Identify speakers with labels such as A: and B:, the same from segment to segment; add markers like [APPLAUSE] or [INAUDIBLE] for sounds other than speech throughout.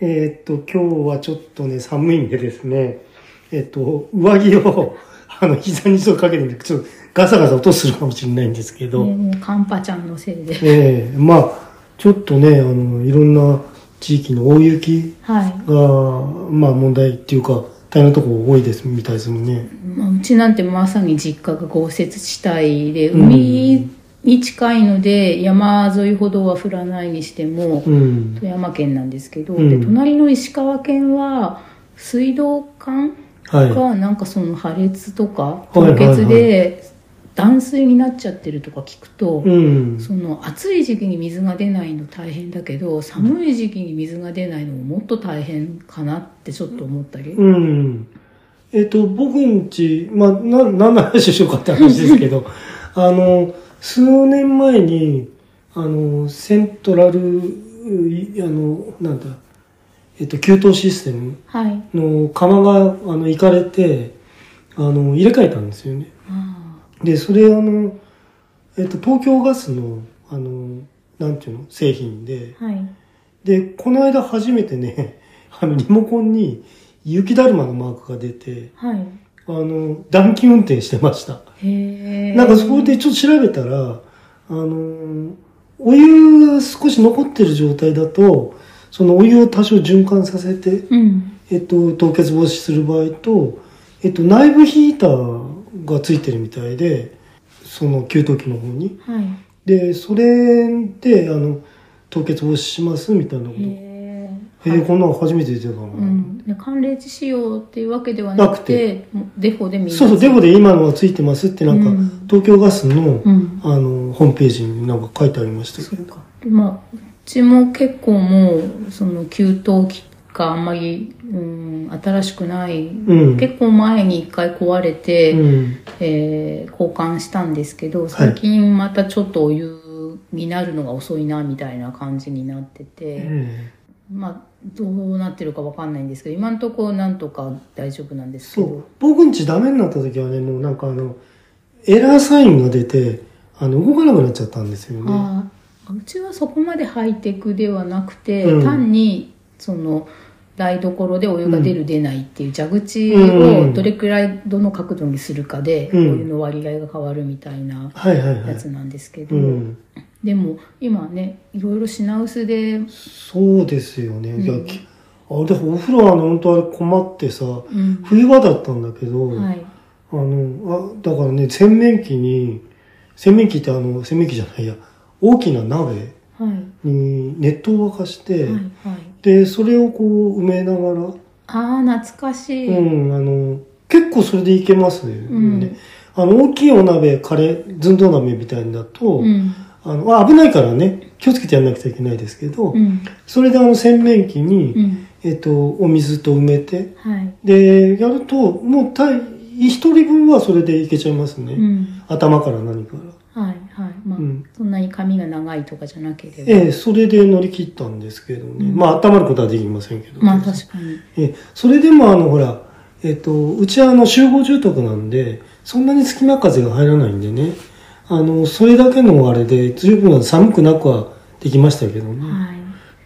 A: えーっと、今日はちょっとね、寒いんでですね、えっと、上着を、 [LAUGHS] あの、膝にちょっとかけてみて、ちょっとガサガサ音するかもしれないんですけど、
B: もうカンパちゃんのせいで。 [LAUGHS]
A: ええまあ、ちょっとね、あの、いろんな地域の大雪
B: はい。
A: が、まあ問題っていうか、大変なとこ多いです、みたいですもんね。
B: まあうちなんてまさに実家が豪雪地帯で、
A: うん
B: 海に近いので、山沿いほどは降らないにしても、
A: うん。
B: 富山県なんですけど、
A: うん
B: で隣の石川県は水道管
A: はい。
B: がなんかその破裂とか
A: いはい
B: 凍
A: はい
B: 結で断水になっちゃってるとか聞くと、
A: うん。
B: その暑い時期に水が出ないの大変だけど寒い時期に水が出ないのももっと大変かなってちょっと思ったり、
A: うん。えっと、僕んち、まあ、な、何の話しようかって話ですけど、あの、数年前に、あの、セントラル、ういあの、なんだ、えっと、給湯システム
B: はい
A: の釜が、あの、行かれて、あの、入れ替えたんですよね。
B: あ
A: で、それ、あの、えっと、東京ガスの、あの、なんていうの、製品で、
B: あはい
A: で、この間初めてね、 [LAUGHS] あの、リモコンに雪だるまのマークが出て、
B: はい
A: あの、暖気運転してました。
B: へえ
A: なんかそこでちょっと調べたら、あの、お湯が少し残ってる状態だと、そのお湯を多少循環させて、
B: うん
A: えっと、凍結防止する場合と、えっと、内部ヒーターがついてるみたいで、その給湯器の方に。
B: はい
A: で、それで、あの、凍結防止しますみたいなこと
B: へ
A: えー、こんなの初めて出てたな、
B: うん、で寒冷地仕様っていうわけではなくてもうデフォで見
A: そうそうデ
B: ォ
A: ボで今のはついてますってなんか、
B: うん
A: 東京ガスの、
B: うん
A: あのホームページになんか書いてありました
B: そ
A: け
B: う
A: ど
B: かまあうちも結構もうその給湯器があんまり、うん、新しくない、
A: うん
B: 結構前に一回壊れて、
A: うん
B: えー交換したんですけど最近またちょっとお湯になるのが遅いなみたいな感じになってて、
A: ええ
B: まあどうなってるかわかんないんですけど今のところなんとか大丈夫なんですけ
A: そ
B: ど
A: う僕んちダメになった時はねもうなんかあのエラーサインが出てあの動かなくなっちゃったんですよね
B: ああうちはそこまでハイテクではなくて、
A: うん
B: 単にその台所でお湯が出る、出ないっていう蛇口
A: う
B: を
A: ん
B: どれくらいどの角度にするかで、
A: うん
B: お湯の割合が変わるみたいな
A: はいはいは
B: や
A: い
B: つなんですけど、
A: うん
B: でも今ねいろいろ品薄で、
A: そうですよね、いや
B: うん
A: きあれお風呂はね本当あれ困ってさ
B: うん
A: 冬場だったんだけど、
B: はい、
A: あの、あ、だからね、洗面器に、洗面器ってあの、洗面器じゃないや、大きな鍋
B: はいはい
A: に熱湯を沸かして、
B: はい
A: で、それをこう埋めながら、
B: ああ懐かしい、
A: うん、あの、結構それでいけますね。
B: うん
A: あの、大きいお鍋、カレー、寸胴鍋みたいにだと、
B: うん
A: あの、あ危ないからね、気をつけてやんなくちゃいけないですけど、
B: うん
A: それであの、洗面器に、
B: うん
A: えっと、お水と埋めて、
B: はい、
A: で、やると、もう、たい、一人分はそれでいけちゃいますね。
B: うん、
A: 頭から何から。
B: はいはいまあ、
A: うん
B: そんなに髪が長いとかじゃなければ、
A: ええ、それで乗り切ったんですけどね。
B: うん
A: まあ、温まることはできませんけど。
B: まあ確かに
A: ええそれでもあの、ほら、えっ、と、うちはあの、集合住宅なんで、そんなに隙間風が入らないんでね。あの、それだけのあれで、十分寒くなくはできましたけどね。
B: はい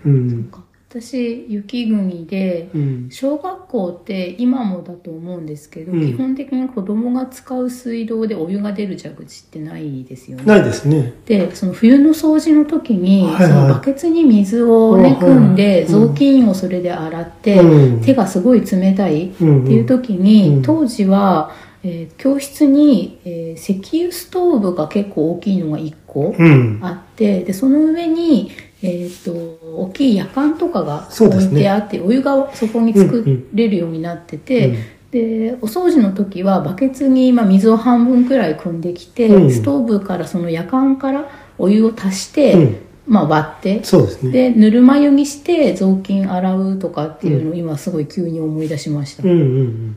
A: うん。
B: 私雪国で
A: うん。
B: 小学校って今もだと思うんですけど、
A: うん
B: 基本的に子供が使う水道でお湯が出る蛇口ってないですよね
A: ないですね。
B: でその冬の掃除の時に、
A: はいはい
B: そのバケツに水をね
A: うん
B: 汲んで、
A: うん
B: 雑巾をそれで洗って、
A: うん
B: 手がすごい冷たいって
A: うん。
B: いう時に、
A: うん
B: 当時は、えー教室に、えー石油ストーブが結構大きいのが1個
A: うん。
B: あってでその上に、えー、と大きい夜間とかが
A: そうで
B: 置
A: す
B: い
A: ね
B: てあって、お湯がそこに作れるようになってて、
A: うん
B: でお掃除の時はバケツに今水を半分くらい汲んできて、
A: うん
B: ストーブからその夜間からお湯を足して、
A: うん
B: まあ、割って。
A: そうですね。
B: でぬるま湯にして雑巾洗うとかっていうのを今すごい急に思い出しました、
A: うんうんうん。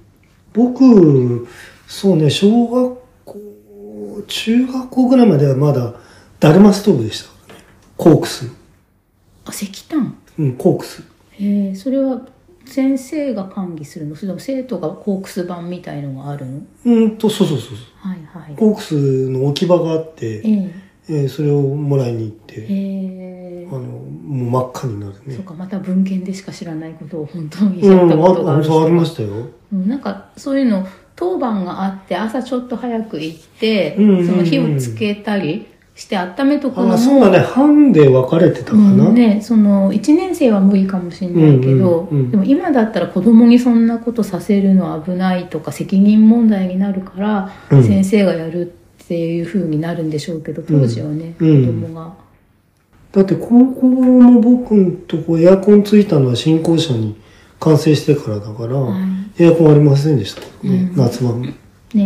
A: 僕、そうね、小学校、中学校ぐらいまではまだ、ダルマストーブでしたからね。コークス。
B: あ石炭
A: うん、コークス。
B: へえそれは先生が管理するのそれとも生徒がコークス版みたいのがあるの
A: うんと、そうそうそうそう。
B: はいはい
A: コークスの置き場があって、
B: ええ
A: えーそれをもらいに行って、
B: ええ
A: あの、もう真っ赤になる
B: そう
A: ね。
B: かまた文献でしか知らないことを本当に
A: う
B: やった
A: ん、
B: ことがあ
A: あ、
B: るし、
A: そうありましたよ。
B: うんなんかそういうの当番があって朝ちょっと早く行って、
A: うんうんうん
B: その火をつけたりして温めとくのも
A: あ、そうだね。班で分かれてたかな。
B: うんね、その1年生は無理かもしれないけど、
A: うんうんうん
B: でも今だったら子供にそんなことさせるのは危ないとか責任問題になるから、
A: うん
B: 先生がやるっていう風になるんでしょうけど当時はね、
A: うん
B: 子供が。
A: だって高校も僕んとこエアコンついたのは新校舎に完成してからだから、エアコンありませんでした、ね
B: うん
A: 夏場も。
B: ね、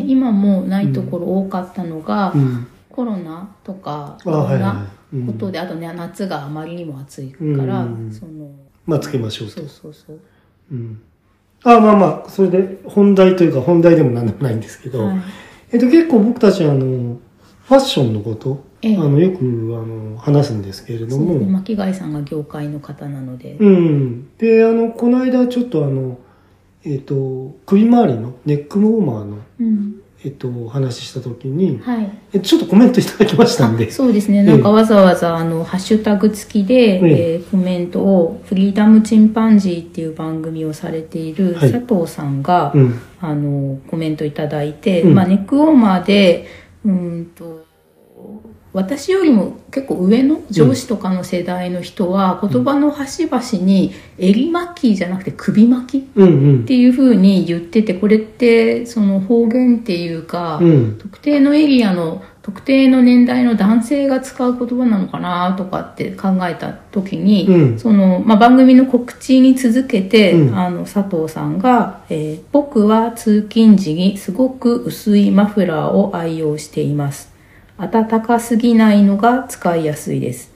B: 今もうないところ多かったのが、
A: うん。
B: コロナとかい
A: あ
B: ろ
A: はい
B: ん
A: は。
B: ない
A: うん
B: ことで、あとね夏があまりにも暑いから、
A: うんうんうん
B: その
A: まあつけましょうと
B: そ。うそうそう。
A: うん。あまあまあ、それで本題というか本題でもなんでもないんですけど、
B: はい
A: えっと結構僕たちあの、ファッションのこと、
B: ええ
A: あのよくあの話すんですけれど
B: そう
A: も、
B: で巻貝さんが業界の方なので、
A: うん。で、あの、この間ちょっとあの、えっ、と、首周りのネックウォーマーの、
B: うん
A: えっ、と、お話ししたときに、
B: はい、
A: えちょっとコメントいただきましたんで
B: あ。そうですね。なんかわざわざ、あの、ハッシュタグ付きで、え
A: え
B: ーコメントを、フリーダムチンパンジーっていう番組をされている
A: はい
B: 佐藤さんが、
A: うん。
B: あの、コメントいただいて、
A: うん
B: まあ、ネックウォーマーで、うーんと、私よりも結構上の上司とかの世代の人は、言葉の端々に、襟巻きじゃなくて首巻き
A: うん
B: っていう風に言ってて、これって、その方言っていうか、
A: うん。うん。
B: 特定のエリアの特定の年代の男性が使う言葉なのかなとかって考えた時に、
A: うん
B: そのまあ、番組の告知に続けて、
A: うん
B: あの佐藤さんが、えー僕は通勤時にすごく薄いマフラーを愛用しています。暖かすぎないのが使いやすいです。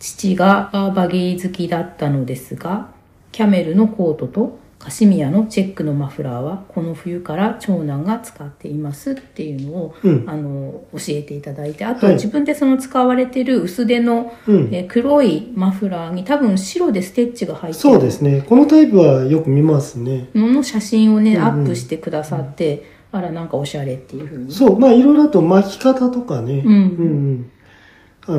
B: 父がバーバギー好きだったのですが、キャメルのコートとカシミヤのチェックのマフラーはこの冬から長男が使っていますっていうのを、
A: うん
B: あの教えていただいてあと、
A: はい
B: 自分でその使われてる薄手の、
A: うん
B: えー黒いマフラーに多分白でステッチが入って
A: そうで
B: る
A: すね。このタイプはよく見ますね。
B: のの写真をね、
A: うんうん
B: アップしてくださって、あらなんかおしゃれっていうふうに
A: そう。まあ、いろいろあと巻き方とかね。
B: うん
A: うんうんあ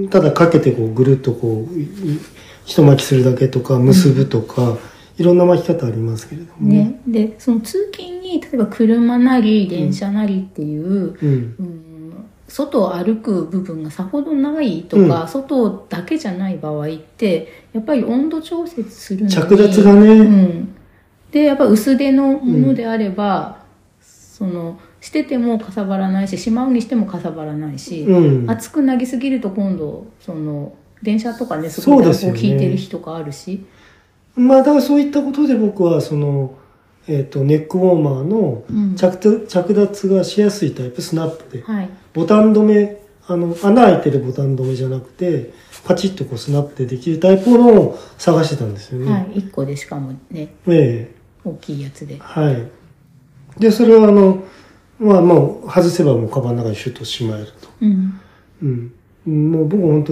A: の、ただかけてこう、ぐるっとこう、いい一巻きするだけとか、結ぶとか、いろんな巻き方ありますけれどもね。
B: ね、でその通勤に例えば車なり電車なりっていう、
A: うん。
B: うん外を歩く部分がさほどないとか、
A: う
B: 外だけじゃない場合ってやっぱり温度調節するのに
A: 着脱がね、
B: うん、でやっぱ薄手のものであれば、そのしててもかさばらないししまうにしてもかさばらないし、
A: うん。
B: 熱くなりすぎると今度その電車とかねす
A: そ
B: ご
A: う
B: い暖
A: です
B: 房
A: よ
B: 効
A: ね
B: いてる日とかあるし
A: まあ、だからそういったことで僕は、その、えっ、と、ネックウォーマーの
B: うん
A: 着脱着脱がしやすいタイプ、スナップで。
B: はい
A: ボタン止め、あの、穴開いてるボタン止めじゃなくて、パチッとこうスナップでできるタイプのを探してたんですよね。
B: はい、1個でしかもね
A: え
B: 大きいやつで
A: えはい。で、それはあの、まあもう外せばもうカバンの中にシュッとしまえると。
B: うん
A: うん。もう僕本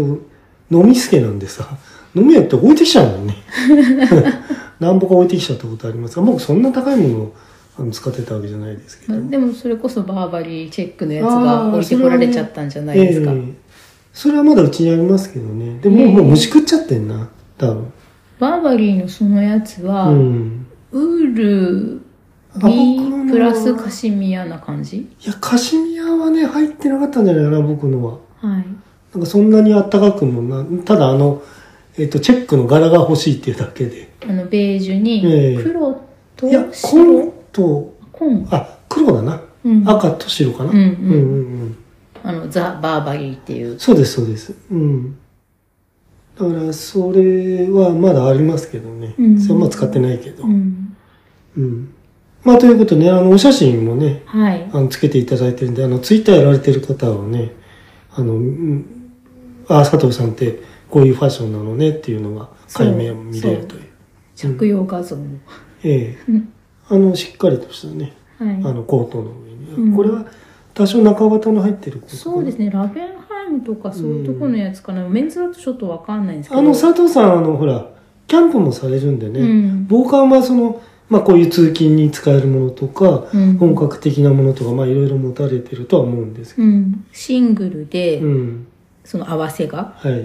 A: 当飲みすけなんでさ、飲み屋って置いてきちゃうもんね。 [LAUGHS] なんぼか置いてきちゃったことありますが、僕そんな高いものをあの使ってたわけじゃないですけ
B: ま
A: ど
B: あ。でもそれこそバーバリーチェックのやつが置いてこられちゃったんじゃないですか、
A: ええそれはまだうちにありますけどね。でも、
B: ええ
A: もう虫食っちゃってんな、多分。
B: バーバリーのそのやつは、
A: うん。
B: ウール
A: あ僕
B: B
A: の
B: プラスカシミヤな感じ
A: いや、カシミヤはね、入ってなかったんじゃないかな、僕のは。
B: はい
A: なんかそんなにあったかくもな、ただあの、えっ、と、チェックの柄が欲しいっていうだけで。
B: あのベージュ
A: え
B: に
A: え
B: 黒と
A: いや、
B: 白
A: 紺と、
B: 紺
A: あ、黒だな。
B: うん
A: 赤と白かな。
B: うんうん
A: うんうん
B: あのザ・バーバリーっていう
A: そうです、そうです。うん。だから、それはまだありますけどね。
B: うん
A: それはまあ使ってないけど。
B: うん
A: うん。まあ、ということでね、あの、お写真もね、
B: はい
A: あの、つけていただいてるんで、あの、ツイッターやられてる方はね、あの、うんあ、佐藤さんってこういうファッションなのねっていうのが、解明を見れるという。
B: 着用画像も、
A: ええ
B: うん
A: あの、しっかりとしたね、あ
B: はい
A: の、コートの上に。
B: うん
A: これは、多少中綿の入ってるコート
B: そうですねラベンハイムとかそういうとこのやつかな、メンズだとちょっとわかんないんですけど
A: あの、佐藤さん、あの、ほら、キャンプもされるんでね、
B: うん
A: 防寒はその、まあ、こういう通勤に使えるものとか、
B: うん
A: 本格的なものとか、まあ、いろいろ持たれてるとは思うんですけ
B: うん、シングルで、
A: ど。うん。
B: その合わせが。
A: はい。
B: で、え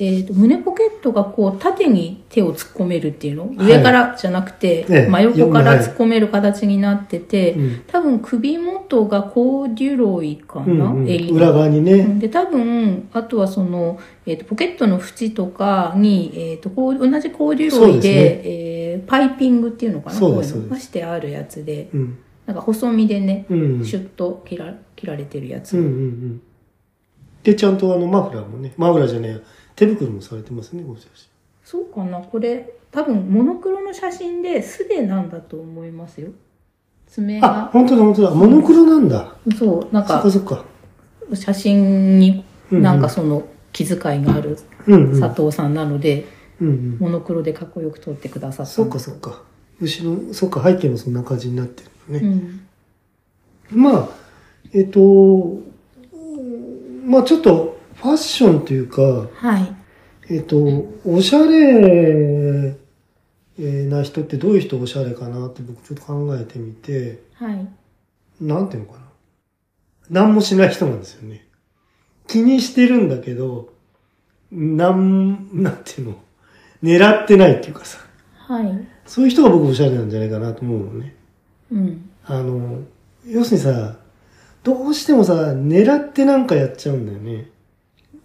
B: ー、と胸ポケットがこう縦に手を突っ込めるっていうの
A: はい
B: 上からじゃなくて、
A: ええ
B: 真横か
A: よ
B: ら
A: はい
B: 突っ込める形になってて、
A: うん
B: 多分首元がコーデュロイか
A: うん
B: な、
A: うん
B: 襟の
A: 裏側に
B: う
A: ね。
B: んで多分あとはその、えー、とポケットの縁とかに、えー、とこう同じコーデュロイ
A: そう
B: で
A: で
B: えーパイピングっていうのかな
A: そうです
B: こうい
A: そう
B: うの
A: で
B: がしてあるやつで
A: うん。
B: なんか細身でね、
A: うん。
B: シュッと切ら切られてるやつ、
A: うんうんうん。で、ちゃんとあの、マフラーもね、マフラーじゃねえや、手袋もされてますね、この写真。
B: そうかなこれ多分モノクロの写真で素手なんだと思いますよ爪
A: あ
B: が、
A: 本当だ本当だ。モノクロなんだ。
B: そうなん
A: そっか
B: か
A: そっか。
B: 写真に
A: うんうん
B: なんかその気遣いがある
A: うんうん。
B: 佐藤さんなので、
A: うんうん。
B: モノクロでかっこよく撮ってくださった
A: そっ
B: ん
A: か
B: だ
A: そっか。後ろ、そっか、背景もそんな感じになってるの
B: う
A: ね。
B: ん
A: まあ、えっと、うんまあちょっと、ファッションというか、
B: はい
A: えっと、おしゃれえーな人ってどういう人おしゃれかなって僕ちょっと考えてみて、
B: はい
A: なんていうのかな。何もしない人なんですよね。気にしてるんだけど、なん、なんていうの、狙ってないっていうかさ、
B: はい
A: そういう人が僕おしゃれなんじゃないかなと思うのね。
B: うん
A: あの、要するにさ、どうしてもさ、狙ってなんかやっちゃうんだよね。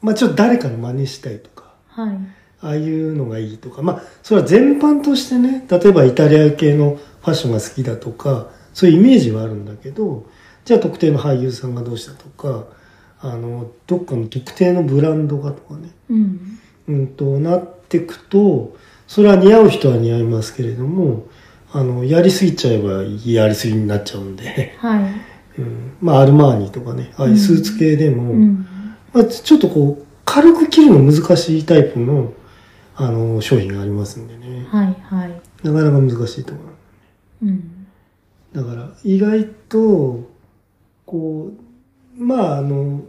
A: まあちょっと誰かの真似したいとか。
B: はい
A: ああいうのがいいとか、まあ、それは全般としてね、例えばイタリア系のファッションが好きだとか、そういうイメージはあるんだけど、じゃあ特定の俳優さんがどうしたとか、あの、どっかの特定のブランドがとかね、
B: うん
A: うんと、なってくと、それは似合う人は似合いますけれども、あの、やりすぎちゃえばやりすぎになっちゃうんで、 [LAUGHS]
B: はい
A: うん、まあ、アルマーニとかね、ああいうスーツ系でも、
B: うん
A: まあ、ちょっとこう、軽く切るの難しいタイプの、あの、商品がありますんでね。
B: はいはい
A: なかなか難しいと思う。
B: うん
A: だから、意外と、こう、まあ、あの、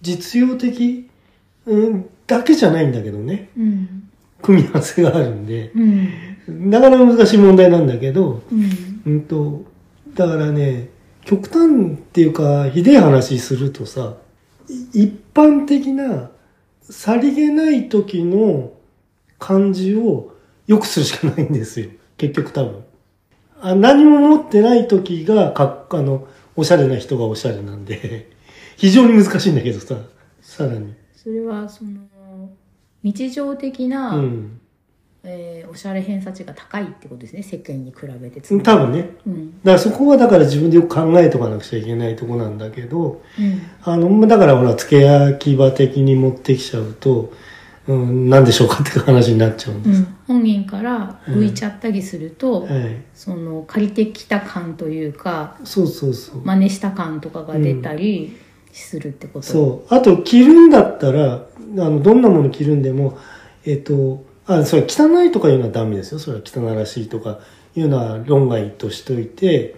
A: 実用的、うん、だけじゃないんだけどね。
B: うん
A: 組み合わせがあるんで、
B: うん
A: なかなか難しい問題なんだけど、
B: うん
A: うんと、だからね、極端っていうか、ひでえ話するとさ、い一般的な、さりげない時の感じを良くするしかないんですよ。結局多分。あ何も持ってない時が、かっ、あの、おしゃれな人がおしゃれなんで、非常に難しいんだけどさ、さらに。
B: それはその日常的な、
A: うん。
B: えーおしゃれ偏差値が高いってことですね世間に比べて
A: 多分ね。
B: うん
A: だからそこはだから自分でよく考えとかなくちゃいけないとこなんだけど、
B: うん
A: あの、まあだからほら、付け焼き場的に持ってきちゃうと、うん、なんでしょうかっていう話になっちゃうん
B: う
A: です。
B: ん、本人から
A: うん
B: 浮いちゃったりすると、
A: はい。
B: その借りてきた感というか
A: そうそうそう。
B: 真似した感とかが出たりするってこと、
A: そう。あと、着るんだったら、あの、どんなもの着るんでも、えっと、あ、それ汚いとかいうのはダメですよ。それは汚らしいとかいうのは論外としといて、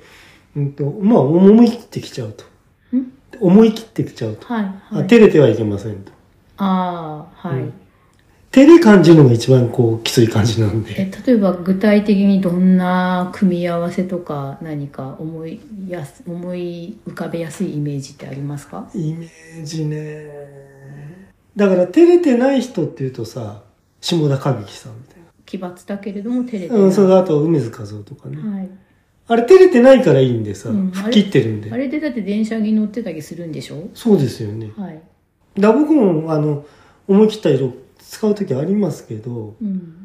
A: うんと、まあ、思い切ってきちゃうと。
B: うん
A: 思い切ってきちゃうと。
B: はいは
A: あ
B: い
A: 照れてはいけませんと。
B: ああはい、
A: うん照れ感じるのが一番こう、きつい感じなんで。
B: え例えば具体的にどんな組み合わせとか何か思いやす思い浮かべやすいイメージってありますか
A: イメージねだから照れてない人っていうとさ下田景樹さんみたい
B: 奇抜だけれども照れて
A: な、
B: ない、
A: うん、それあと梅津和夫とかね、
B: はい、
A: あれ照れてないからいいんでさ、
B: うん
A: 吹っ切ってるんで
B: あれでだって電車に乗ってたりするんでしょ
A: そうですよね
B: はい、
A: だ僕もあの思い切った色使う時ありますけど
B: うん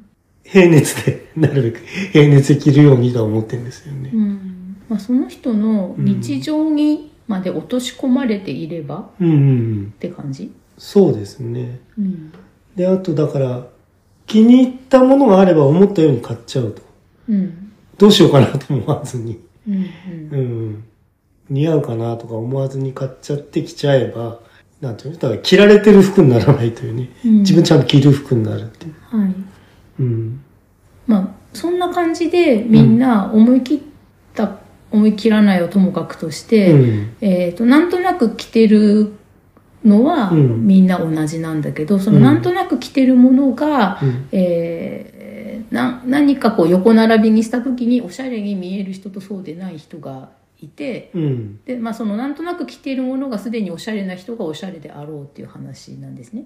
A: 平熱で [LAUGHS] なるべく平熱で着るようにとは思ってるんですよね
B: うんまあ、その人の日常にまで落とし込まれていればっ
A: うん、うんうん、
B: て感じ、
A: そうですね
B: うん
A: であとだから気に入ったものがあれば思ったように買っちゃうと
B: うん
A: どうしようかなと思わずに
B: うんうん
A: うん、似合うかなとか思わずに買っちゃってきちゃえば、なんていうのだから着られてる服にならないというね。
B: うん
A: 自分ちゃんと着る服になるっていう。
B: はい
A: うん。
B: まあそんな感じでみんな思い切った、思い切らないをともかくとし
A: う
B: て、
A: ん。
B: えー、となんとなく着てるのは
A: うん
B: みんな同じなんだけど、そうの
A: ん
B: なんとなく着てるものが、
A: うん
B: えーな何かこう横並びにした時におしゃれに見える人とそうでない人がい着て、
A: うん。
B: で、まあそのなんとなく着ているものがすでにおしゃれな人がおしゃれであろうっていう話なんですね。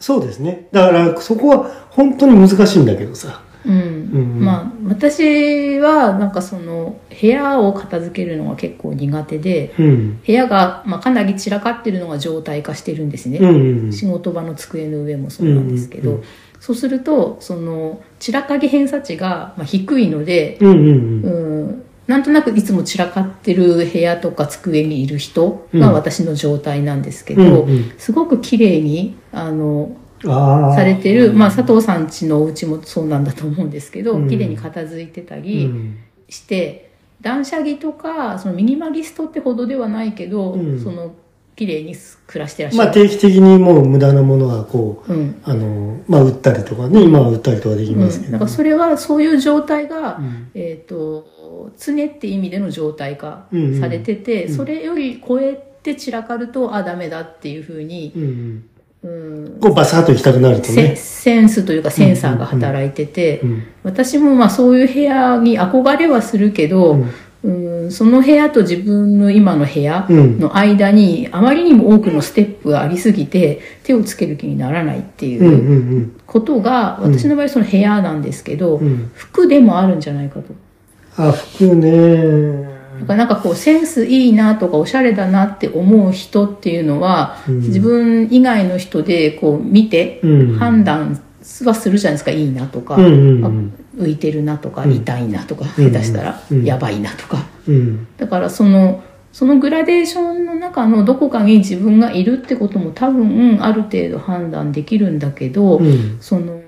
A: そうですね。だから、そこは本当に難しいんだけどさ。
B: うん。
A: うん
B: まあ私はなんかその部屋を片付けるのが結構苦手で、
A: うん。
B: 部屋がまあかなり散らかってるのが状態化してるんですね。
A: うんうん。
B: 仕事場の机の上もそうなんですけど、
A: うんうんう
B: そうするとその散らかり偏差値がまあ低いので、
A: うんうん
B: う
A: うん。
B: ん、なんとなくいつも散らかってる部屋とか机にいる人が私の状態なんですけど、
A: うんうん
B: すごく綺麗にあの
A: ああ。
B: されてる、まあ、佐藤さん家のお家もそうなんだと思うんですけど、
A: うん
B: 綺麗に片付いてた
A: う
B: り、
A: ん。
B: して断捨離とかそのミニマリストってほどではないけど、
A: うん
B: その綺麗に暮らしてらっし
A: ま
B: ゃ
A: あ
B: る。
A: 定期的にもう無駄なものはこ
B: うん
A: う、あの、まあ売ったりとかね、今は売ったりとかできますけど、
B: うん、だからそれはそういう状態が、
A: うん
B: えー、と常って意味での状態化
A: うんうん
B: されてて、
A: うん
B: それより超えて散らかるとあダメだっていうふうに、
A: うん
B: うん
A: こうバサッと行きたくなると
B: セ
A: ね。
B: センスというかセンサーが働いてて、
A: うん。
B: 私もまあそういう部屋に憧れはするけど、うんその部屋と自分の今の部屋
A: うん。
B: の間にあまりにも多くのステップがありすぎて手をつける気にならないってい
A: うんう
B: ううんことが、
A: うん
B: 私の場合その部屋なんですけど、
A: うん。うん。
B: 服でもあるんじゃないかと。
A: あ、服ね。
B: だからなんかこうセンスいいなとかおしゃれだなって思う人っていうのは、
A: うん
B: 自分以外の人でこう見て
A: うん。
B: 判断はするじゃないですか、いいなとか、
A: うんうんうん
B: あ浮いてるなとか、
A: うん
B: 痛いなとか、
A: うんうん
B: 下手したら
A: うん
B: やばいなとか、
A: うん。
B: だからそのそのグラデーションの中のどこかに自分がいるってことも多分ある程度判断できるんだけど、
A: うん。
B: その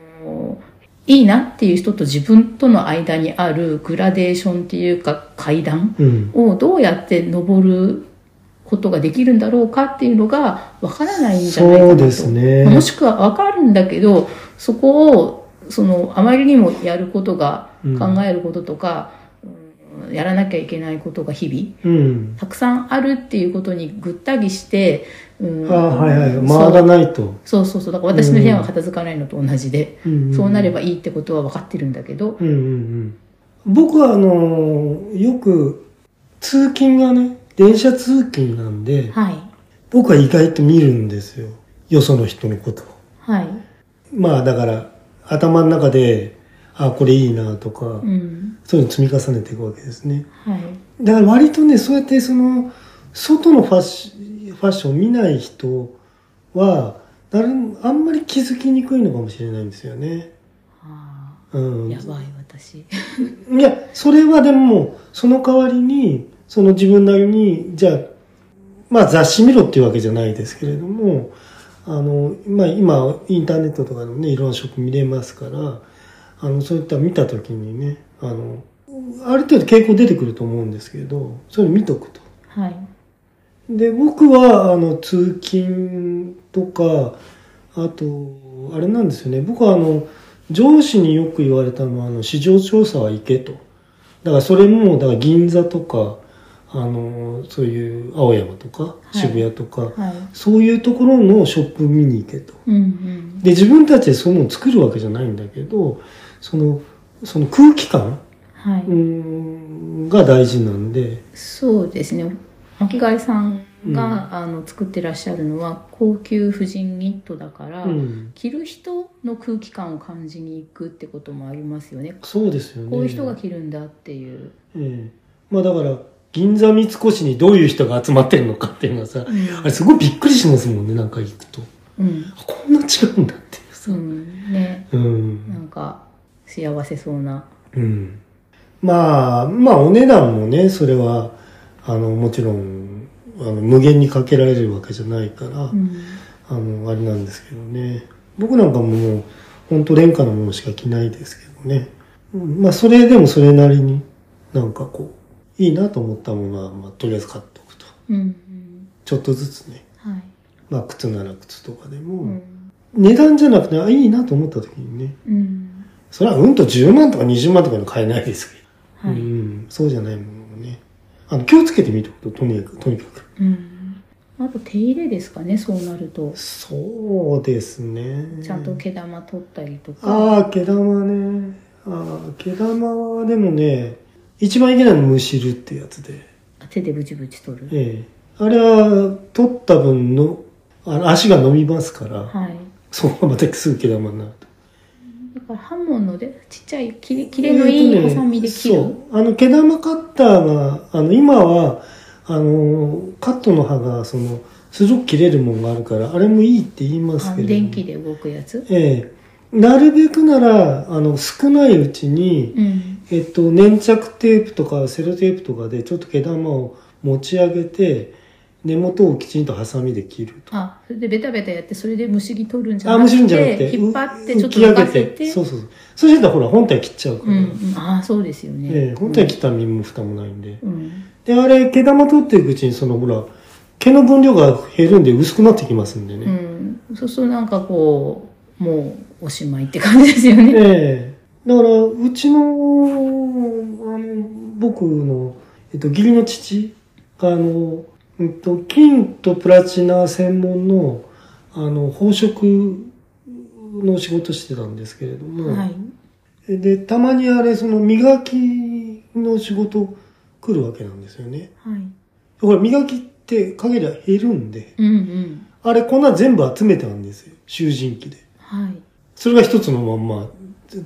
B: いいなっていう人と自分との間にあるグラデーションっていうか階段
A: うん。
B: をどうやって登ることができるんだろうかっていうのがわからないんじゃないかな
A: そ
B: と
A: うですね。
B: もしくはわかるんだけどそこをそのあまりにもやること
A: う
B: が、
A: ん
B: 考えることとか、うんやらなきゃいけないことが日々
A: うん。
B: たくさんあるっていうことにぐったりして、う
A: あ
B: ん
A: はいはい。
B: そう
A: 回らないと。
B: そうそうそうだから私の部屋が片付かないのと同じで、
A: ん
B: そうなればいいってことは分かってるんだけど、
A: うんうんうん、僕はあのよく通勤がね電車通勤なんで
B: はい
A: 僕は意外と見るんですよよその人のことを
B: はい
A: まあだから頭の中であこれいいなとか、
B: うん
A: そういうの積み重ねていくわけですね
B: はい
A: だから割とねそうやってその外のファッシファッションを見ない人はなるあんまり気づきにくいのかもしれないんですよね、
B: あ
A: う
B: ー
A: ん、
B: やばい私
A: いや、それはでも、その代わりに、その自分なりに、じゃあ、まあ雑誌見ろっていうわけじゃないですけれども、あの、まあ今、インターネットとかでもね、いろんなショップ見れますから、あの、そういった見たときにね、あの、ある程度傾向出てくると思うんですけど、それ見とくと。
B: はい
A: で、僕は、あの、通勤とか、あと、あれなんですよね。僕は、あの、上司によく言われたのは、あの、市場調査は行けと。だから、それも、だから、銀座とか、あの、そういう、青山とか、
B: い
A: 渋谷とか、
B: はい
A: そういうところのショップ見に行けと。
B: うんうん
A: で、自分たちでそういうのを作るわけじゃないんだけど、その、その空気感
B: はい、
A: うーんが大事なんで、
B: そうですね巻貝さんが、あの作ってらっしゃるのは高級婦人ニットだから、
A: うん。
B: 着る人の空気感を感じに行くってこともありますよね
A: そうですよね。
B: こういう人が着るんだっていう、
A: ええまあだから銀座三越にどういう人が集まってるのかっていうのはさ
B: うん
A: あれすごいびっくりしますもんねなんか行くと
B: うん
A: あこんな違うんだっていう
B: う
A: さ
B: んね
A: う、
B: なんんか幸せそうな
A: うん、まあまあお値段もねそれはあのもちろんあの無限にかけられるわけじゃないから、
B: うん
A: あのあれなんですけどね僕なんかももう本当廉価なものしか着ないですけどね、うん、まあそれでもそれなりになんかこういいなと思ったものは、まあ、とりあえず買っておくと
B: うんうん
A: ちょっとずつね
B: はい
A: まあ、靴なら靴とかでも、
B: うん
A: 値段じゃなくてあいいなと思った時にね
B: うん
A: それはうんと10万とか20万とかの買えないですけど、
B: は
A: う
B: い
A: ん、そうじゃないものもねあの気をつけてみてこととにかくとにかく
B: うんあと手入れですかねそうなると
A: そうですね
B: ちゃんと毛玉取ったりとか
A: ああ毛玉ねああ毛玉はでもね一番いけないのはむしるってやつで
B: 手でブチブチ取る。
A: ええあれは、取った分の、あの足が伸びますから、
B: はい。
A: そこがまたすぐ毛玉になると。
B: だから刃物で、ちっちゃい切れ切れのいいハサミで切る。
A: えーとねそう。あの、毛玉カッターが、あの、今は、あの、カットの刃が、その、すごく切れるもんがあるから、あれもいいって言います
B: あ
A: けれども。
B: 電気で動くやつ。
A: ええなるべくなら、あの、少ないうちに、
B: うん。
A: えっと、粘着テープとかセロテープとかでちょっと毛玉を持ち上げて根元をきちんとハサミで切ると。
B: あ、それでベタベタやって、それでむしぎ取るんじゃ
A: あ、
B: な
A: む
B: くて、
A: しろんじゃなくて。
B: 引っ張って、
A: う
B: ちょっと
A: 浮
B: 浮
A: き
B: か
A: 上
B: せ
A: げて。
B: て。
A: そうそうそう。そうしたらほら、本体切っちゃうから。
B: うんうん。ああ、そうですよね。
A: ええ本体切ったら身も蓋もないんで。
B: うん。
A: で、あれ、毛玉取っていくうちに、そのほら、毛の分量が減るんで薄くなってきますんで
B: う
A: ね。
B: ん。そうするとなんかこう、もうおしまいって感じですよね。
A: ええだから、うちの、あの、僕の、えっと、義理の父が、あの、えっと、金とプラチナ専門の、あの、宝飾の仕事してたんですけれども、
B: はい。
A: で、たまにあれ、その、磨きの仕事来るわけなんですよね。
B: はい。
A: ほら、磨きって影が減るんで、
B: うんうん。
A: あれ、粉全部集めたんですよ。囚人機で。
B: はい。
A: それが一つのまんま、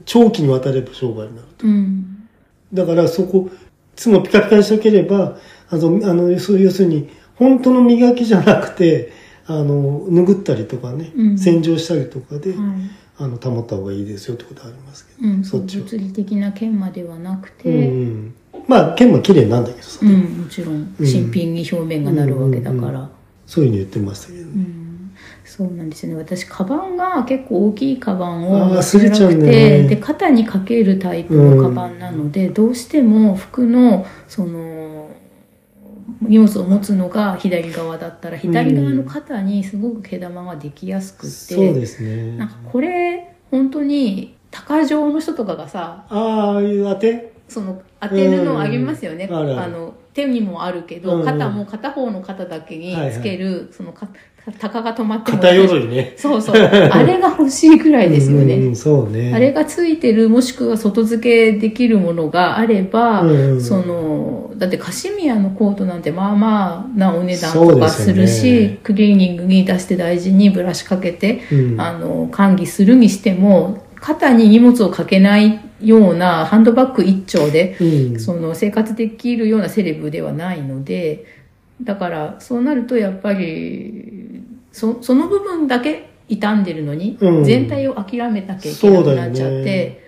A: 長期にわたれば商売になる。
B: うん。
A: だからそこ、いつもピカピカにしたければ、あの、あの、そう要するに、本当の磨きじゃなくて、あの、拭ったりとかね、
B: うん
A: 洗浄したりとかで、
B: はい。
A: あの、保った方がいいですよってことはありますけど。
B: うん、
A: そっちは。
B: 物理的な研磨ではなく
A: う
B: て、うん
A: ん、うん。まあ、剣も綺麗なんだけどさ、
B: もちろん
A: うん
B: 新品に表面がなるわけだから、う
A: うんんうんそういうふうに言ってましたけどね。
B: そうなんですよね私カバンが結構大きいカバンを
A: あー
B: 持ってな
A: すれちゃ
B: く
A: う
B: て、
A: ね
B: で肩にかけるタイプのカバンなので、どうしても服のその荷物を持つのが左側だったら左側の肩にすごく毛玉ができやすくて、
A: そうですね
B: なん。かこれ本当に鷹匠の人とかがさ
A: あああいう当て
B: その当てるのをあげますよね、
A: うんあるある
B: あの手にもあるけ
A: うん
B: ど、
A: うん
B: 肩も片方の肩だけにつける、そのか鷹が止まっても
A: 片鎧ね。
B: そうそうあれが欲しいくらいですよね、
A: うんうん、そうね。
B: あれがついてるもしくは外付けできるものがあれば、
A: うんうん
B: そのだってカシミヤのコートなんてまあまあなお値段
A: そ
B: と
A: う
B: か
A: です
B: す
A: よ
B: る
A: ね
B: し、クリーニングに出して大事にブラシかけて
A: うん、
B: あの、管理するにしても、肩に荷物をかけないようなハンドバッグ一丁で、
A: うん、
B: その生活できるようなセレブではないので、だからそうなるとやっぱり、そその部分だけ傷んでるのに、
A: うん
B: 全体を諦めなきゃいけなくなっちゃ
A: そう
B: っ
A: だよ
B: て、
A: ね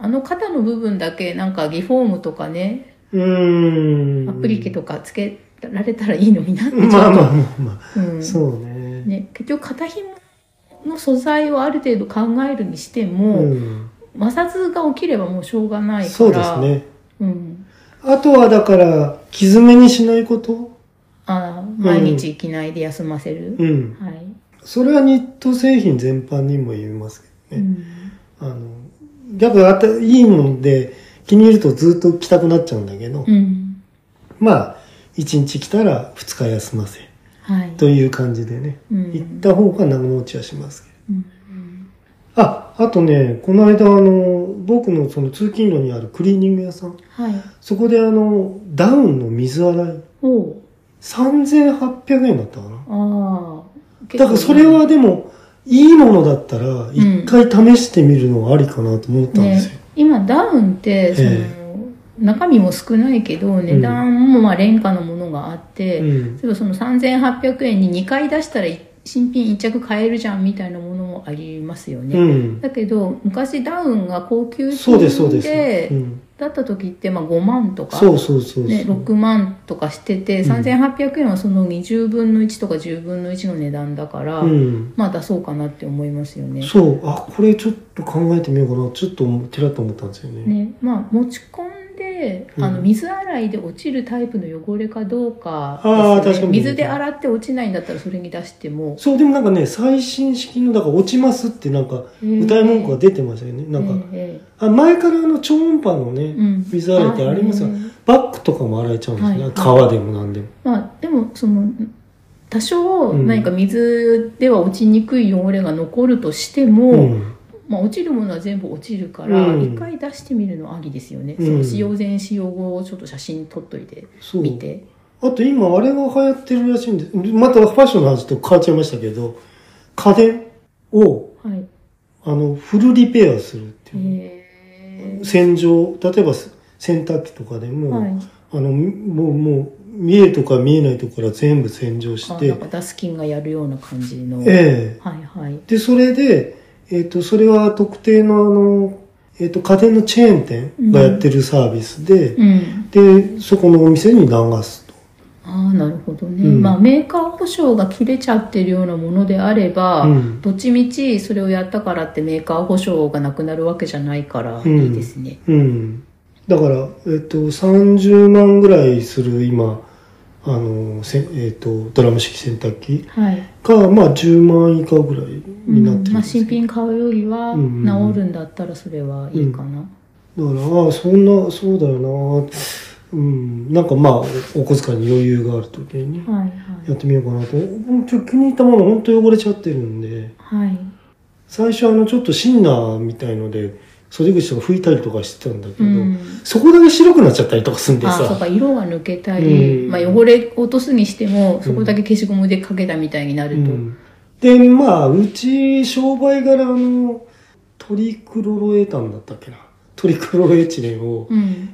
B: あの肩の部分だけなんかリフォームとかね、
A: うん。
B: アプリケとかつけられたらいいのになってちょっと、
A: まあまあまあまあ。
B: うん
A: そうね。
B: ね、結局肩紐の素材をある程度考えるにしても、
A: うん
B: 摩擦が起きればもうしょうがないから
A: そうです、ね。
B: うん、
A: あとはだから、傷めにしないこと。
B: あー毎日着ないで休ませる、
A: うん。
B: はい、
A: それはニット製品全般にも言えますけ
B: う
A: どね。
B: ん
A: あの、やっぱあたいいもんで気に入るとずっと着たくなっちゃうんだけど、
B: うん
A: まあ、1日着たら2日休ませ。
B: はい
A: という感じでね。
B: うん
A: 行った方が長持ちはしますけど。
B: うん
A: あ、あとね、この間あの、僕のその通勤路にあるクリーニング屋さん。
B: はい
A: そこであの、ダウンの水洗い。
B: おう
A: 3800円だったかな。
B: ああ
A: だからそれはでも、いいものだったら、
B: ん
A: 一回試してみるのはありかなと思ったんですよ
B: ね。、今ダウンってその、
A: え
B: 中身も少ないけど値段もまあ廉価のものがあって、
A: うん。
B: 例えばその3800円に2回出したら新品1着買えるじゃんみたいなものもありますよね、
A: うん。
B: だけど昔ダウンが高級
A: そうです、そう
B: 品
A: です。う
B: で
A: ん。
B: だった時ってまあ5万とか、
A: そうそうそうそう。
B: ね、6万とかしてて
A: うん
B: 3800円はその20分の1とか10分の1の値段だから、
A: うん。
B: まあ出そうかなって思いますよね。
A: そう。あ、これちょっと考えてみようかな。ちょっと思、ちらっと思ったんですよね。
B: ねまあ、持ち込んで、
A: うん
B: あの水洗いで落ちるタイプの汚れかどうかです
A: あ
B: よ
A: ー確か
B: ね、
A: に
B: 水で洗って落ちないんだったらそれに出しても
A: そう、でもなんかね、最新式の、だから落ちますってなんか、歌い文句が出てましたよね。なんか、
B: ええ
A: あ前からあの超音波の
B: ええう
A: ね、
B: ん
A: 水洗いってありますよ
B: ええ
A: バッグとかも洗えちゃうんですね。
B: はい
A: 革でもなんでも。
B: まあ、でもその多少
A: うん
B: 何か水では落ちにくい汚れが残るとしても、
A: うん。
B: まあ、落ちるものは全部落ちるから
A: うん
B: 一、回出してみるのありですよね、
A: うん
B: その使用前使用後をちょっと写真撮っといて
A: そう。
B: 見て、
A: ああと今あれが流行ってるらしいんです。またファッションの話と変わっちゃいましたけど、家電を、
B: はい。
A: あの、フルリペアするっていう。
B: へー
A: 洗浄、例えば洗濯機とかでも、
B: はい。
A: あの、もう、もう、見えとか見えないところから全部洗浄し
B: あ
A: て
B: なん、かダスキンがやるような感じの。
A: ええ
B: はいはい。
A: で、それで、えっ、と、それは特定のあの、えっ、と、家電のチェーン店がやってるサービスで、
B: うん。
A: で、そこのお店に流すと。
B: ああ、なるほどね。
A: うん
B: まあメーカー保証が切れちゃってるようなものであれば、
A: うん
B: どっちみちそれをやったからってメーカー保証がなくなるわけじゃないから、
A: うん
B: いいですね。
A: うん。だから、えっ、と、30万ぐらいする今、あの、せえっ、と、ドラム式洗濯機
B: はい。
A: が、まあ、10万以下ぐらいになって
B: うん
A: るん
B: まあ、
A: です
B: 新
A: けど
B: 品買うよりは
A: うんうん
B: 治るんだったらそれはいいかな、
A: だから、ああ、そんな、そうだよな。うん。なんかまあ、お小遣いに余裕があるときにね、
B: はい
A: やってみようかなと。うんちょ気に入ったもの、本当汚れちゃってるんで、
B: はいはい
A: 最初あの、ちょっとシンナーみたいので、袖口とか拭いたりとかしてたんだけど、
B: うん
A: そこだけ白くなっちゃったりとかすんで
B: あそう
A: さ。
B: か色が抜けたり、
A: うん
B: まあ、汚れ落とすにしてもそこだけ消しゴムでかけたみたいになる
A: う
B: と、
A: ん。で、まあ、うち、商売柄あの、トリクロロエタンだったっけな。トリクロロエチレンを、
B: うん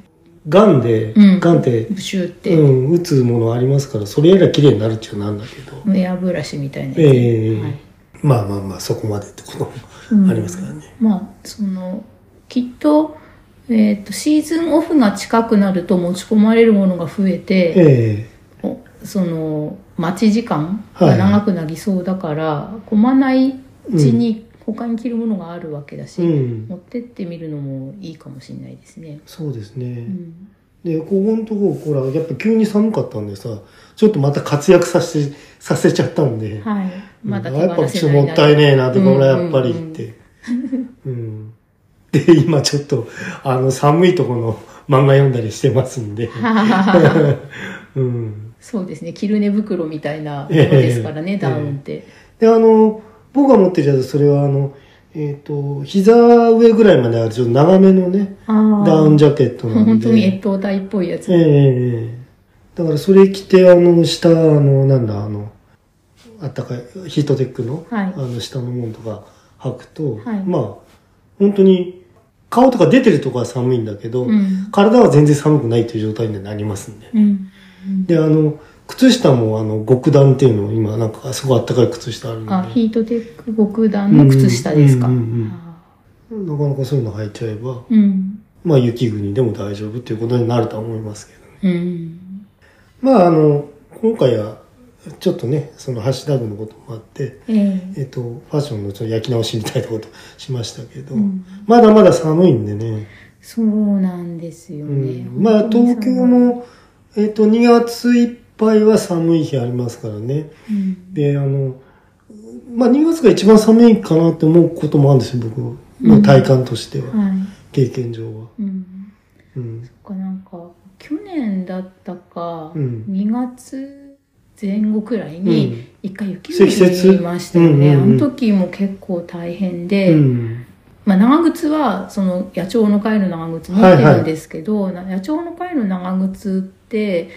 A: ガンで、
B: うん
A: ガンって、
B: ブシューって、
A: うん、打つものありますから、それよりは綺麗になるっちゃなんだけど、
B: エアブラシみたいなやつ、
A: ええ
B: はい
A: まあまあまあ、そこまでってことも
B: うん
A: ありますからね。
B: まあそのきっと,、えー、とシーズンオフが近くなると持ち込まれるものが増えて、
A: え
B: おその待ち時間が長くなりそうだから、混まないうちに他に着るものがあるわけだ
A: え
B: し、
A: うん、
B: 持ってってみるのもいいかもしれないですね。
A: そうです
B: う
A: ね。
B: ん
A: で、ここのとこ、ほら、やっぱ急に寒かったんでさ、ちょっとまた活躍させて、させちゃったんで、
B: はい、まだ
A: うんや
B: 手
A: っぱ
B: 放
A: ちょっと
B: せない
A: もったいねえなって、
B: うん
A: これはやっぱりって。うん。で、今ちょっと、あの、寒いとこの漫画読んだりしてますんで、うん。
B: [LAUGHS] そうですね着る寝袋みたいなものですからね、
A: ええ
B: ダウンって、
A: であの僕が持ってるやつそれはあのえっ、と膝上ぐらいまであるちょっと長めのね
B: あー
A: ダウンジャケットなんで
B: [LAUGHS] 本当に越冬隊っぽいやつ、
A: ええええええだからそれ着てあの下あのなんだあのあったかいヒートテックの,、
B: はい
A: あの下のものとか履くと、
B: はい
A: まあ本当に顔とか出てるとこは寒いんだけど、
B: うん
A: 体は全然寒くないという状態になりますんで
B: うん
A: であの靴下もあの極暖っていうのを今なんかすごいあったかい靴下あるんで
B: あヒートテック極暖の靴下ですか、
A: うんうんうんうん
B: あ
A: なかなかそういうの履いちゃえば、
B: ーうん
A: まあ雪国でも大丈夫っていうことになるとは思いますけどね。
B: うん
A: まああの、今回はちょっとね、そのハッシュタグのこともあって、
B: え
A: え
B: え
A: っと、ファッションのちょっと焼き直しみたいなことしましたけど、
B: うん
A: まだまだ寒いんでね。
B: そうなんですよ
A: う
B: ね。
A: ん、まあ
B: 本当に
A: 東京も、えっと、2月いっぱいは寒い日ありますからね。
B: そう、うん
A: で、あの、まあ2月が一番寒いかなって思うこともあるんですよ、僕の体感としては、
B: は
A: 経験上は。
B: い。うん。
A: うん。
B: そっかなんか去年だったか、
A: うん
B: 2月前後くらいに一回雪降
A: 積雪
B: りましたよね。
A: うんうんうん
B: あの時も結構大変で、
A: うん
B: まあ長靴はその野鳥の会の長靴持ってるんですけど、な野鳥の会の長靴って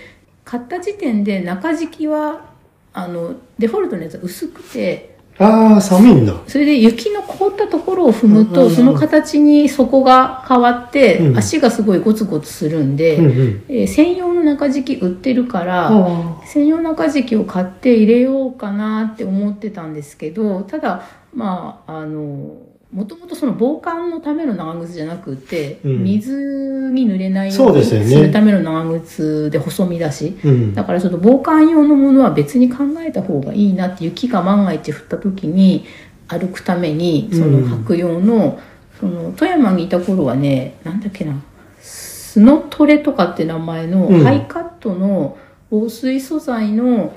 B: 買った時点で中敷きはあのデフォルトのやつは薄くて。
A: ああ、寒いんだ。
B: それで雪の凍ったところを踏む
A: うんうんう
B: と、
A: ん
B: その形に底が変わって、
A: うん
B: 足がすごいゴツゴツするんで、
A: うんうん。
B: えー専用の中敷き売ってるから、
A: あ
B: 専用中敷きを買って入れようかなって思ってたんですけど、ただ、まあ、あの、もともとその防寒のための長靴じゃなくて、
A: うん
B: 水に濡れないよ
A: そう
B: うに
A: ですよね
B: するための長靴で細身だし、
A: うん。
B: だからちょっと防寒用のものは別に考えた方がいいなって雪が万が一降った時に歩くためにその
A: うん
B: 履く用の,、その富山にいた頃はねなんだっけなスノトレとかって名前の
A: うん
B: ハイカットの防水素材の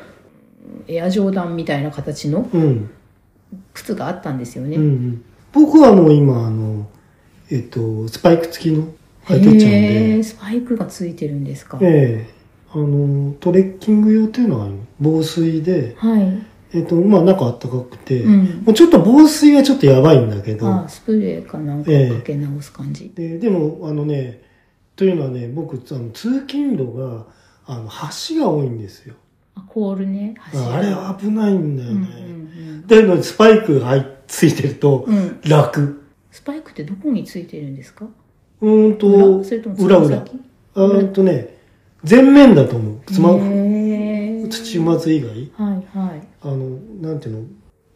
B: エアジョーダンみたいな形の
A: うん。
B: 靴があったんですよ
A: う
B: ね。
A: ん。僕はもう今、あの、えっと、スパイク付きの履いてっちゃうん
B: へ
A: で
B: ー、スパイクがついてるんですか。
A: ええあの、トレッキング用っていうのは防水で、
B: はい。
A: えっと、まあ中あったかくて、
B: う
A: も
B: ん。
A: うちょっと防水はちょっとやばいんだけ
B: あ
A: ど、
B: スプレーかなんか
A: ええ
B: かけ直す感じ。
A: ででも、あのね、というのはね、僕、あの通勤路が、あの、橋が多いんですよ。
B: あコールね。柱
A: あれ危ないんだよ
B: うんうん
A: ね。
B: うん
A: で、のスパイクが入っついてると
B: うん。
A: 楽。
B: スパイクってどこについてるんですか
A: うーんと
B: 裏、それとも
A: 裏
B: つま
A: 裏。
B: 先
A: うーんとね、全面だと思う。つま、
B: へー
A: 土まず以外
B: はいはい。
A: あの、なんていうの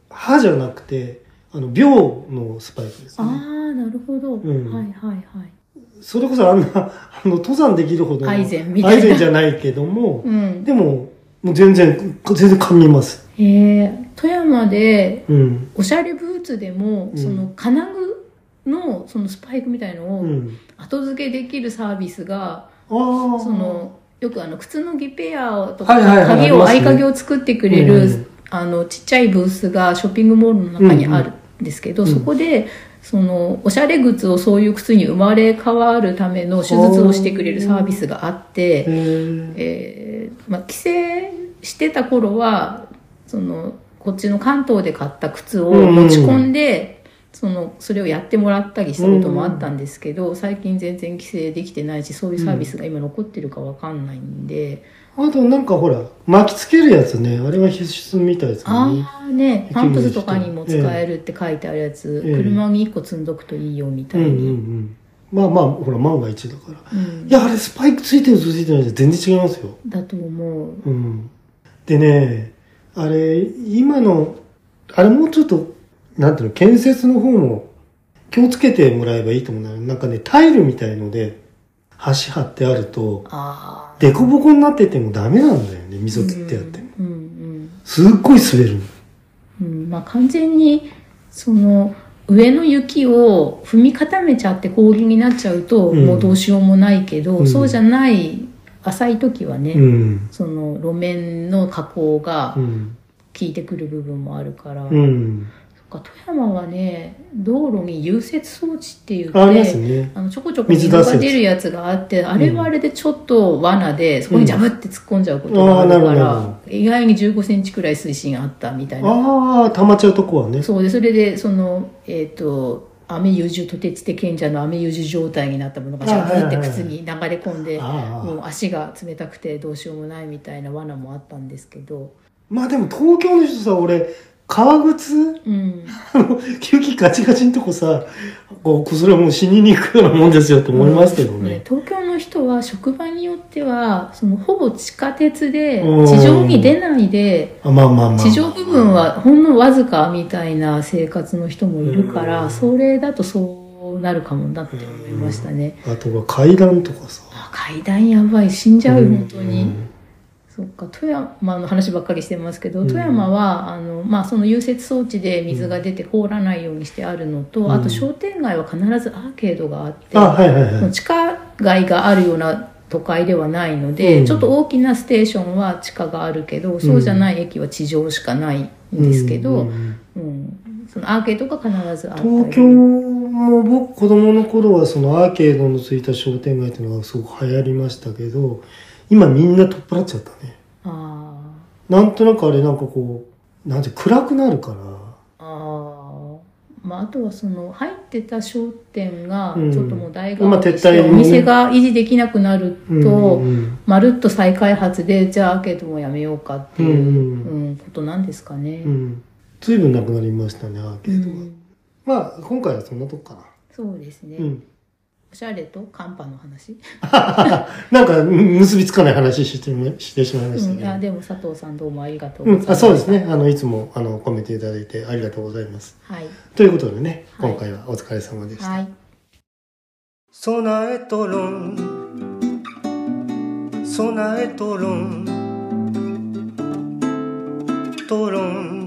A: 歯じゃなくて、あの、秒のスパイクです
B: あ
A: ね。
B: あ、なるほど。
A: ん
B: はいはいはい。
A: それこそあんな、あの、登山できるほどの。
B: アイゼンみたいな
A: アイゼンじゃないけども、
B: うん。
A: でも、もう全然、全然噛みます。
B: へえ。富山で、
A: うん。
B: おしゃれブーツでも、
A: うん
B: その金具のそのスパイクみたいの
A: う
B: を
A: ん。
B: 後付けできるサービスが、
A: ああ。
B: そのよくあの靴のギペアとか、
A: はいはいはい
B: 鍵を
A: ありますね
B: 合鍵を作ってくれ
A: う
B: る、
A: ん
B: あのちっちゃいブースがショッピングモールの中にあるんですけど、
A: うんうん
B: そこでそのおしゃれ靴をそういう靴に生まれ変わるための手術をしてくれるサービスがあって。
A: へえ。
B: えーまあ、帰省してた頃はそのこっちの関東で買った靴を持ち込んで、そのそれをやってもらったりしたこともあったんですけど、最近全然帰省できてないしそういうサービスが今残ってるかわかんないんで、
A: あとなんかほら、巻きつけるやつね。あれは必須みたいですよね。
B: ああねパンプスとかにも使えるって書いてあるやつ、
A: ええ
B: 車に1個積んどくといいよみた
A: う
B: い
A: んう
B: に、
A: んうん。まあまあ、ほら、万が一だから。
B: うん
A: いや、あれスパイクついてるとついてないと全然違いますよ。
B: だと思う
A: うん。でね、あれ、今の、あれもうちょっと、なんていうの、建設の方も気をつけてもらえばいいと思うんだよね。なんかね、タイルみたいので、橋張ってあると、
B: ああ
A: 凸凹になっててもダメなんだよね、溝切ってやっても。
B: うんうんうん
A: すっごい滑るの。
B: うんまあ、完全にその上の雪を踏み固めちゃって氷になっちゃうと、
A: うん
B: もうどうしようもないけど、
A: うん
B: そうじゃない浅い時はね、
A: うん。
B: その路面の加工が
A: うん。
B: 効いてくる部分もあるから、
A: うん。
B: そっか富山はね道路に融雪装置って言って
A: ありますね。
B: あのちょこちょこ水が出るやつがあってあれはあれでちょっと罠で、そこにジャブって突っ込んじゃうことがあるか
A: うんあーな
B: ら、
A: るほどなる
B: 意外に1 5センチくらい水深あったみたいな
A: ああ、溜まっちゃうとこはね。
B: そうでそれでそのえっ、と雨ゆじとてつて賢者の雨ゆじ状態になったものがシャーって靴に流れ込んで
A: あ
B: も
A: あ。
B: う足が冷たくてどうしようもないみたいな罠もあったんですけど、
A: まあでも東京の人さ、俺、革靴
B: うん、
A: あの、吸気ガチガチのとこさ、こう、それはもう死にに行くようなもんですよと思いますけどね。
B: 東京の人は職場によってはそのほぼ地下鉄で
A: うん
B: 地上に出ないで
A: あまあまあまあ。
B: 地上部分はほんのわずかみたいな生活の人もいるから、
A: うん
B: それだとそうなるかもなって思いましたね、
A: あとは階段とかさ。
B: あ階段やばい死んじゃうよ本当に。
A: うん
B: そっか富山の話ばっかりしてますけど、
A: うん
B: 富山はあの、まあ、その融雪装置で水が出て凍らないようにしてあるのと、
A: うん
B: あと商店街は必ずアーケードがあって、
A: あ、はいはい
B: そ
A: は
B: の
A: い。
B: 地下街があるような都会ではないので、
A: うん
B: ちょっと大きなステーションは地下があるけど、そうじゃない駅は地上しかないんですけ
A: う
B: ど、うん
A: うんん
B: そのアーケードが必ずあったり
A: 東京も僕、子供の頃はそのアーケードのついた商店街っていうのがすごく流行りましたけど、今みんな取っ払っちゃったね。
B: あ
A: なんとなくあれなんかこう、なんて暗くなるから。
B: ーあーまあ、あとはその入ってた商店が
A: うん
B: ちょっともう大
A: ま
B: 学
A: あ撤
B: でして
A: 退
B: お店が維持できなくなる
A: うん
B: と
A: うん
B: まるっと再開発でじゃあアーケードもやめようかって
A: う
B: いう、うん
A: ん
B: ことなんですかね
A: う。ん。随分なくなりましたね、アーケ
B: う
A: ードが。
B: ん
A: まあ、今回はそんなとこかな。
B: そうですね、
A: うん。
B: おしゃれとカンパの話、
A: なんか、うん結びつかない話してもしてしまいました
B: うん、あ
A: ね。
B: でも佐藤さんどうもありがとう
A: う
B: ご
A: ん、
B: ざいました、
A: あそうですね。あの、いつも、あの、コメントいただいてありがとうございます。
B: はい
A: ということでね、
B: はい
A: 今回はお疲れ様でした。
B: はい
A: ソナエトロンソナエトロントロン